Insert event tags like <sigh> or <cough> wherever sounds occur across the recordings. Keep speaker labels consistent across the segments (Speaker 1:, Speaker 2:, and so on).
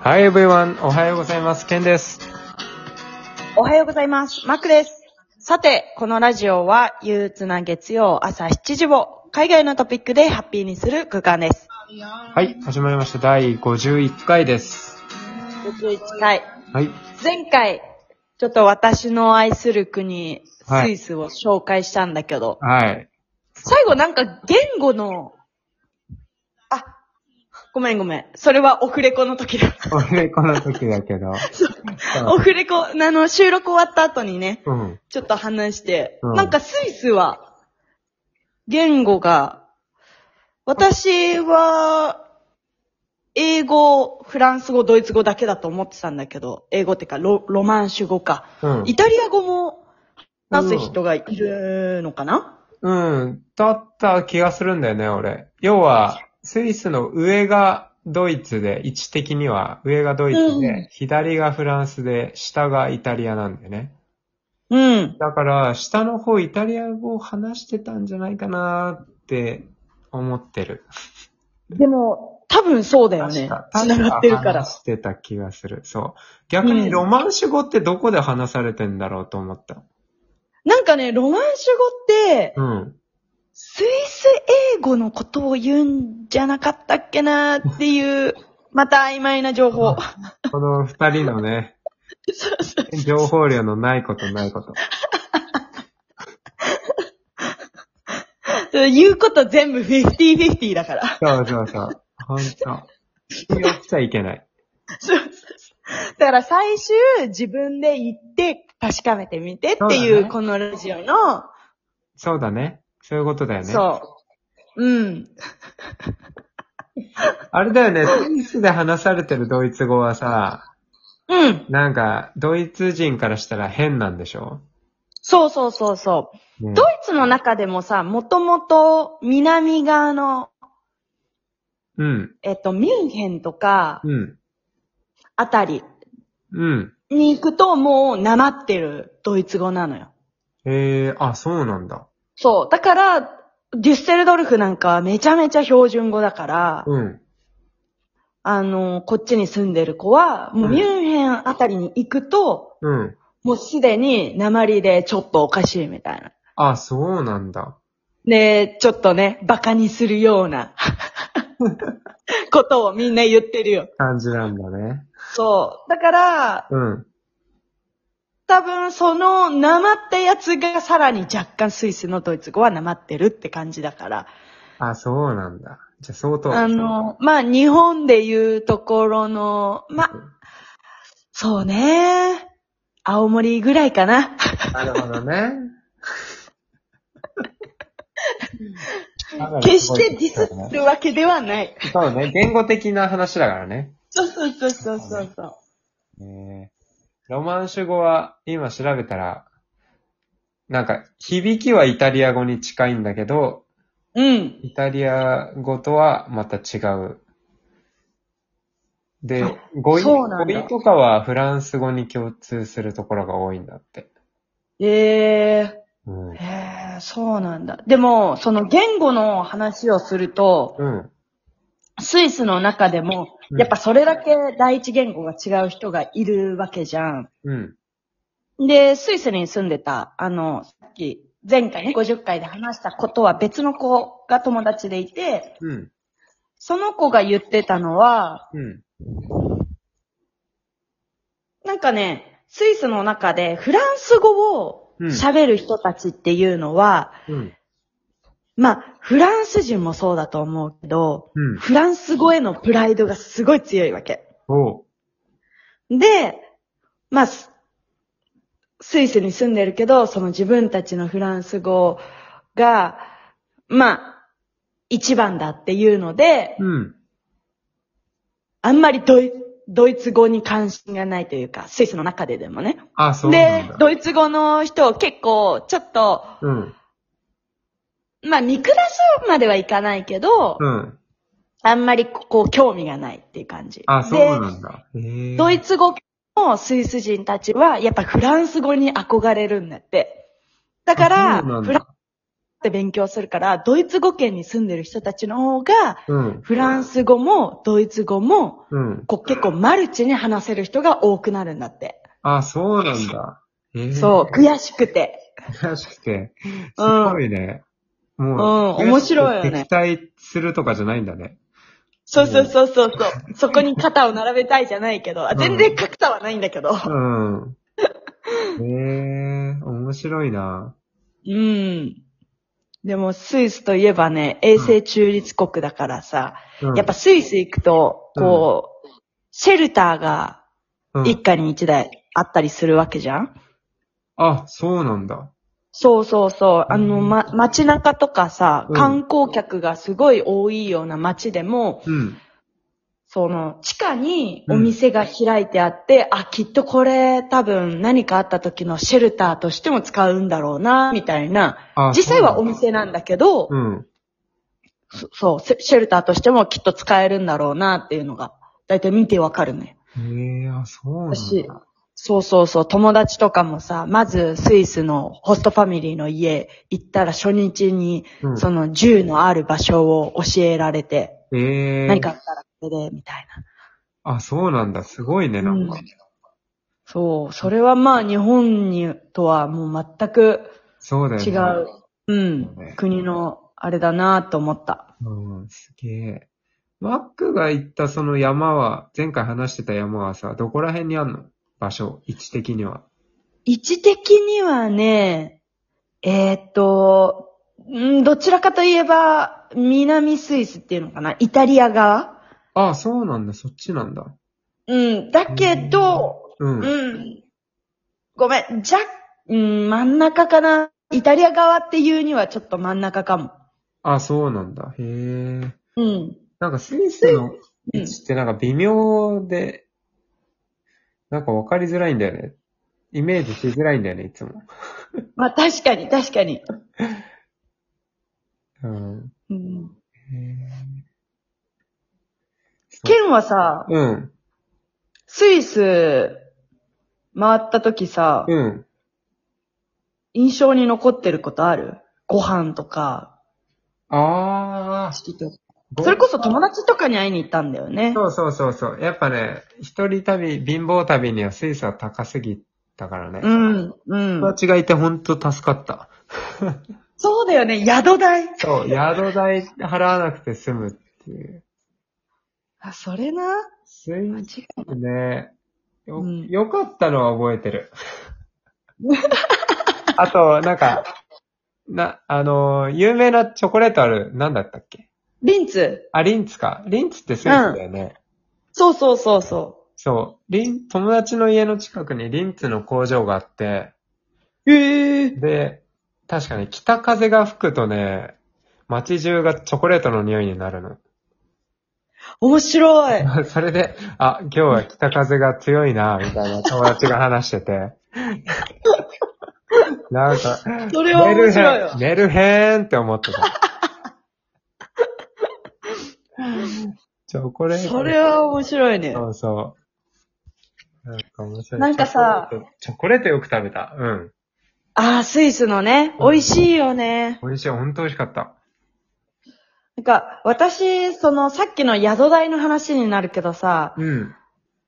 Speaker 1: Hi everyone! おはようございます。ケンです。
Speaker 2: おはようございます。マックです。さて、このラジオは憂鬱な月曜朝7時を海外のトピックでハッピーにする空間です。
Speaker 1: はい、始まりました。第51回です。
Speaker 2: 51回。
Speaker 1: はい。
Speaker 2: 前回、ちょっと私の愛する国、
Speaker 1: はい
Speaker 2: スイスを紹介したんだけど、
Speaker 1: はい。
Speaker 2: 最後なんか言語の、あ、ごめんごめん。それはオフレコの時だ。
Speaker 1: オフレコの時だけ <laughs> ど。
Speaker 2: オフレコ、あの、収録終わった後にね、
Speaker 1: うん。
Speaker 2: ちょっと話して、
Speaker 1: うん
Speaker 2: なんかスイスは、言語が、私は、英語、フランス語、ドイツ語だけだと思ってたんだけど、英語ってかロ、ロマンシュ語か。
Speaker 1: うん
Speaker 2: イタリア語も話す人がいるのかな、
Speaker 1: うん。だった気がするんだよね、俺。要は、スイスの上がドイツで、位置的には上がドイツで、
Speaker 2: うん
Speaker 1: 左がフランスで、下がイタリアなんだよね。
Speaker 2: うん、
Speaker 1: だから、下の方イタリア語を話してたんじゃないかなって思ってる。
Speaker 2: でも、多分そうだよね。繋がってるから。
Speaker 1: 話してた気がする。そう。逆にロマンシュ語ってどこで話されてんだろうと思った。
Speaker 2: なんかね、ロマンシュ語って、
Speaker 1: うん。
Speaker 2: スイス英語のことを言うんじゃなかったっけなーっていう、また曖昧な情報。
Speaker 1: この二人のね、情報量のないことないこと。
Speaker 2: 言うこと全部50-50だから。
Speaker 1: そうそうそう。ほんと。信用しちゃいけない。
Speaker 2: そうそうそうだから最終自分で言って確かめてみてってい
Speaker 1: そうだ
Speaker 2: う
Speaker 1: ね
Speaker 2: このラジオの、
Speaker 1: そうだね。そういうことだよね。
Speaker 2: そう。うん。
Speaker 1: あれだよね、テニスで話されてるドイツ語はさ、
Speaker 2: うん。
Speaker 1: なんか、ドイツ人からしたら変なんでしょ
Speaker 2: そうそうそうそう。
Speaker 1: ね
Speaker 2: ドイツの中でもさ、もともと南側の、
Speaker 1: うん、
Speaker 2: えっと、ミュンヘンとか、
Speaker 1: うん、
Speaker 2: あたり
Speaker 1: うん。
Speaker 2: に行くともうなまってるドイツ語なのよ。
Speaker 1: えー、あ、そうなんだ。
Speaker 2: そう。だから、デュッセルドルフなんかはめちゃめちゃ標準語だから、
Speaker 1: うん。
Speaker 2: あの、こっちに住んでる子は、も
Speaker 1: う
Speaker 2: う
Speaker 1: ん
Speaker 2: ミュンヘンあたりに行くと、
Speaker 1: うん。
Speaker 2: もうすでに鉛でちょっとおかしいみたいな。
Speaker 1: あ、そうなんだ。
Speaker 2: で、ちょっとね、馬鹿にするような、ことをみんな言ってるよ。
Speaker 1: 感じなんだね。
Speaker 2: そう。だから、
Speaker 1: うん。
Speaker 2: 多分その鉛ったやつがさらに若干スイスのドイツ語は鉛ってるって感じだから。
Speaker 1: あ、そうなんだ。じゃあ相当。
Speaker 2: あの、まあ、日本で言うところの、まあ、そうね、青森ぐらいかな。
Speaker 1: なるほどね。
Speaker 2: <laughs> 決してディスってるわけではない。
Speaker 1: そうね。言語的な話だからね。
Speaker 2: そうそうそうそうそうそう。
Speaker 1: えーロマンシュ語は今調べたら、なんか響きはイタリア語に近いんだけど、
Speaker 2: うん。
Speaker 1: イタリア語とはまた違う。で
Speaker 2: あ、
Speaker 1: 語彙
Speaker 2: そうなんだ
Speaker 1: 語彙とかはフランス語に共通するところが多いんだって。
Speaker 2: え
Speaker 1: うん
Speaker 2: ー、。えー、そうなんだ。でも、その言語の話をすると、
Speaker 1: うん。
Speaker 2: スイスの中でも、
Speaker 1: うん
Speaker 2: やっぱそれだけ第一言語が違う人がいるわけじゃん。
Speaker 1: うん。
Speaker 2: で、スイスに住んでた、あの、さっき、前回ね、50回で話したことは別の子が友達でいて、
Speaker 1: うん。
Speaker 2: その子が言ってたのは、
Speaker 1: うん。
Speaker 2: なんかね、スイスの中でフランス語を喋る人たちっていうのは、
Speaker 1: うん。
Speaker 2: まあ、フランス人もそうだと思うけど、
Speaker 1: うん。
Speaker 2: フランス語へのプライドがすごい強いわけ。
Speaker 1: おう。
Speaker 2: で、まあ、ススイスに住んでるけど、その自分たちのフランス語が、まあ、一番だっていうので、
Speaker 1: うん。
Speaker 2: あんまりドイドイツ語に関心がないというか、スイスの中ででもね。
Speaker 1: あ、そうな
Speaker 2: で
Speaker 1: んだ。、
Speaker 2: ドイツ語の人を結構、ちょっと、
Speaker 1: うん。
Speaker 2: まあ見下すまではいかないけど、
Speaker 1: うん。
Speaker 2: あんまりこう興味がないっていう感じ。
Speaker 1: あ、そう
Speaker 2: で
Speaker 1: なんだ。へー
Speaker 2: ドイツ語のスイス人たちは、やっぱフランス語に憧れるんだって。だか
Speaker 1: あそうな
Speaker 2: ら、
Speaker 1: ん
Speaker 2: フラ
Speaker 1: だ
Speaker 2: って勉強するから、ドイツ語圏に住んでる人たちの方が、
Speaker 1: うん。
Speaker 2: フランス語もドイツ語も、
Speaker 1: うん。
Speaker 2: こう結構マルチに話せる人が多くなるんだって。
Speaker 1: あ、そうなんだ。えー
Speaker 2: そう、悔しくて。
Speaker 1: 悔しくて。す
Speaker 2: うん
Speaker 1: ごいね。もう、
Speaker 2: うん面白いよね
Speaker 1: 敵対するとかじゃないんだね。
Speaker 2: そうそうそうそうそう。そこに肩を並べたいじゃないけど、あ
Speaker 1: うん
Speaker 2: 全然格差はないんだけど。
Speaker 1: うん。ええ面白いな。
Speaker 2: うん。でもスイスといえばね、衛星中立国だからさ、
Speaker 1: うん
Speaker 2: やっぱ、スイス行くと、こう、シェルターが
Speaker 1: うん
Speaker 2: 一家に一台あったりするわけじゃん
Speaker 1: あ、そうなんだ。
Speaker 2: そうそうそう。あの、
Speaker 1: うん
Speaker 2: ま、街中とかさ
Speaker 1: う、ん
Speaker 2: 観光客がすごい多いような街でも、
Speaker 1: うん。
Speaker 2: その、地下にお店が開いてあって、あ、きっとこれ多分何かあった時のシェルターとしても使うんだろうな、みたいな。
Speaker 1: あ
Speaker 2: 実際はお
Speaker 1: そう
Speaker 2: 店なんだけど、
Speaker 1: なんだ
Speaker 2: そそう、シェシェルターとしてもきっと使えるんだろうな、っていうのが、だいたい見てわかるね。
Speaker 1: うん。ええあ、そうなん
Speaker 2: 私
Speaker 1: だ。、
Speaker 2: そうそうそう、友達とかもさ、まずスイスのホストファミリーの家行ったら初日に、
Speaker 1: うん
Speaker 2: その銃のある場所を教えられて、
Speaker 1: ええ
Speaker 2: 何かあったらこれで、みたいな。
Speaker 1: あ、そうなんだ。すごいね、なんか。
Speaker 2: うんそう、それはまあ日本にとはもう全く
Speaker 1: そうだよ
Speaker 2: 違
Speaker 1: ね。
Speaker 2: う、うん、
Speaker 1: ね
Speaker 2: 国のあれだなと思った。
Speaker 1: うん、すげえ。マックが行ったその山は、前回話してた山はさ、どこら辺にあんの場所、位置的には。
Speaker 2: 位置的にはね、えーっと、うんどちらかといえば南スイスっていうのかなイタリア側
Speaker 1: ああ、そうなんだ、そっちなんだ。
Speaker 2: うん、だけど、
Speaker 1: う。
Speaker 2: うんん、ごめん、じゃ、うん、真ん中かなイタリア側っていうにはちょっと真ん中かも。
Speaker 1: ああ、そうなんだ。へえ。
Speaker 2: うん。
Speaker 1: なんかスイスの
Speaker 2: う
Speaker 1: 位
Speaker 2: ん
Speaker 1: 置ってなんか微妙で、なんかわかりづらいんだよね。イメージしづらいんだよね、いつも。
Speaker 2: まあ確かに、確かに。
Speaker 1: うん。
Speaker 2: うん
Speaker 1: へえ
Speaker 2: ケンはさ、
Speaker 1: うん。
Speaker 2: スイス回った時さ、
Speaker 1: うん。
Speaker 2: 印象に残ってることあるご飯とか、
Speaker 1: ああ。
Speaker 2: それこそ友達とかに会いに行ったんだよね。
Speaker 1: そうそうそうそう。やっぱね、一人旅、貧乏旅にはスイスは高すぎたからね。
Speaker 2: うん、うん
Speaker 1: 友。達がいてほんと助かった。
Speaker 2: そうだよね、宿代。
Speaker 1: そう、宿代払わなくて済むっていう。
Speaker 2: あ、それな。
Speaker 1: スイ
Speaker 2: 違
Speaker 1: スね、よ、
Speaker 2: うん
Speaker 1: よかったのは覚えて
Speaker 2: <laughs>
Speaker 1: る。あと、なんか、な、あのー、有名なチョコレートある、なんだったっけ
Speaker 2: う。リンツ。
Speaker 1: あ、リンツか。リンツってスイスだよね。
Speaker 2: そうそうそうそ
Speaker 1: そう。リン、友達の家の近くにリンツの工場があって、
Speaker 2: う。ええ
Speaker 1: で、確かに北風が吹くとね、街中がチョコレートの匂いになるの。
Speaker 2: 面白い。
Speaker 1: <laughs> それで、あ、今日は北風が強いな、みたい
Speaker 2: <laughs>
Speaker 1: な友達が話してて。なんか、
Speaker 2: それは
Speaker 1: メル
Speaker 2: 面
Speaker 1: ヘ
Speaker 2: 白いわ
Speaker 1: ン、。メルヘンって思ってた。チョコレート。
Speaker 2: それは面白いね。
Speaker 1: そうそう。なんか面白い。
Speaker 2: なんかさ
Speaker 1: チョコレート、チョコレートよく食べた。うん。
Speaker 2: あー、スイスのね、美味しいよね。
Speaker 1: 美味しい、ほんと美味しかった。
Speaker 2: なんか、私、その、さっきの宿代の話になるけどさ、
Speaker 1: うん。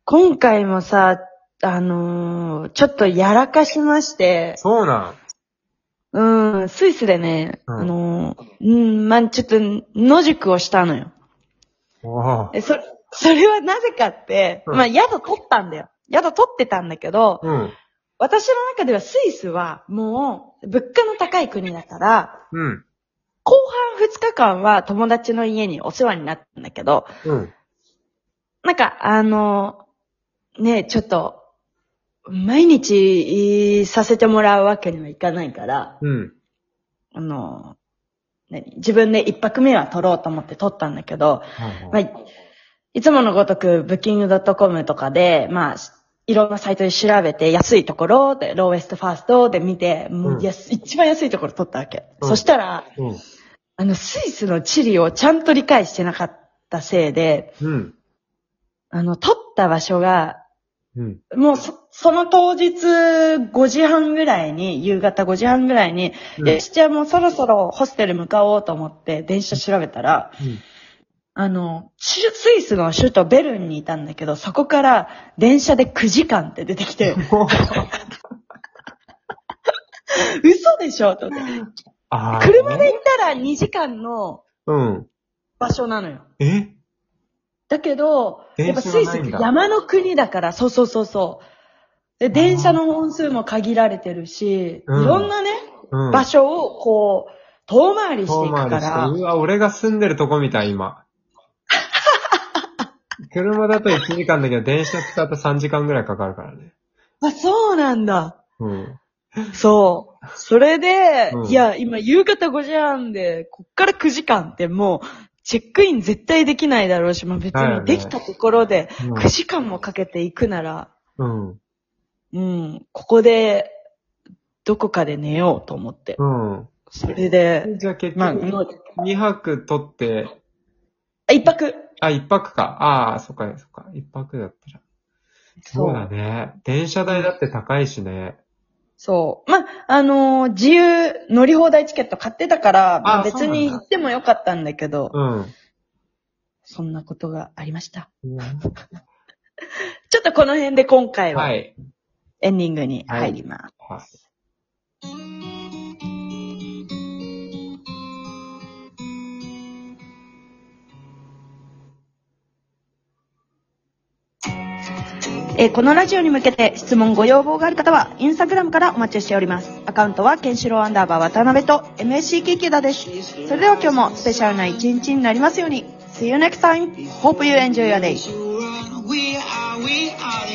Speaker 2: 今回もさ、あのーちょっとやらかしまして、
Speaker 1: そうなん。
Speaker 2: うん、スイスでね、
Speaker 1: うん
Speaker 2: あのーうん、まあ、ちょっと、野宿をしたのよ。
Speaker 1: おー
Speaker 2: え、そ、それはなぜかって、
Speaker 1: うん
Speaker 2: まあ、宿取ったんだよ。宿取ってたんだけど、
Speaker 1: うん。
Speaker 2: 私の中ではスイスはもう、物価の高い国だから、
Speaker 1: うん。
Speaker 2: 後半2日間は友達の家にお世話になったんだけど、
Speaker 1: うん。
Speaker 2: なんか、あの、ねちょっと、毎日いさせてもらうわけにはいかないから、
Speaker 1: うん。
Speaker 2: あの、何自分で一泊目は取ろうと思って取ったんだけど、まあ、
Speaker 1: はい。
Speaker 2: いつものごとく、ブッキング .com とかで、まあ、いろんなサイトで調べて、安いところで、ローウエストファーストで見て、も
Speaker 1: うん
Speaker 2: う安一番安いところ取ったわけ。
Speaker 1: うん
Speaker 2: そしたら、
Speaker 1: うん。
Speaker 2: あの、スイスの地理をちゃんと理解してなかったせいで、
Speaker 1: うん。
Speaker 2: あの、撮った場所が、
Speaker 1: うん。
Speaker 2: もうそ、その当日5時半ぐらいに、夕方5時半ぐらいに、
Speaker 1: うん
Speaker 2: よし、じゃあもうそろそろホステル向かおうと思って電車調べたら、
Speaker 1: うん
Speaker 2: あの、シュスイスの首都ベルンにいたんだけど、そこから電車で9時間って出て
Speaker 1: <laughs>
Speaker 2: きて、嘘でしょと思って
Speaker 1: あー
Speaker 2: 車で行ったら2時間の
Speaker 1: うん。
Speaker 2: 場所なのよ。
Speaker 1: え
Speaker 2: だけど、やっぱ
Speaker 1: 電車
Speaker 2: ス
Speaker 1: が
Speaker 2: イス
Speaker 1: ない
Speaker 2: っ
Speaker 1: ん
Speaker 2: て
Speaker 1: だ
Speaker 2: 山の国だから、そうそうそうそう。で、電車の本数も限られてるし、
Speaker 1: うん
Speaker 2: いろんなね、
Speaker 1: うん。
Speaker 2: 場所をこう、遠回りしてい
Speaker 1: 遠
Speaker 2: くか
Speaker 1: 回りして
Speaker 2: ら、
Speaker 1: うわ、俺が住んでるとこみたい、
Speaker 2: <laughs>
Speaker 1: 今。車だと1時間だけど、電車使った3時間ぐらいかかるからね。
Speaker 2: あ、そうなんだ。
Speaker 1: うん。
Speaker 2: そう。それで、
Speaker 1: うん
Speaker 2: いや、今夕方5時半で、こっから9時間ってもう、チェックイン絶対できないだろうし、まあ別
Speaker 1: だよ
Speaker 2: に
Speaker 1: ね
Speaker 2: できたところで、9時間もかけて行くなら、
Speaker 1: うん。うん
Speaker 2: うん、ここで、どこかで寝ようと思って。
Speaker 1: うん。
Speaker 2: それで、
Speaker 1: じゃあ結
Speaker 2: まあ、
Speaker 1: 局、2泊取って、
Speaker 2: あ一泊。
Speaker 1: あ、1泊か。ああ、そっか、そっか。1泊だったら。そうだね。電車代だって高いしね。
Speaker 2: そう。まあ、あのー自由乗り放題チケット買ってたから、まあ
Speaker 1: あ
Speaker 2: 別に
Speaker 1: そうなんだ
Speaker 2: 行ってもよかったんだけど、
Speaker 1: うん。
Speaker 2: そんなことがありました。
Speaker 1: は。
Speaker 2: ちょっとこの辺で今回はいエンディングに入ります。
Speaker 1: はい
Speaker 2: えーこのラジオに向けて質問ご要望がある方は、インスタグラムからお待ちしております。アカウントは、ケンシロウアンダーバー渡辺と MSCK キダです。それでは今日もスペシャルな一日になりますように。See you next time. Hope you enjoy your day.
Speaker 3: We are, we are, we are the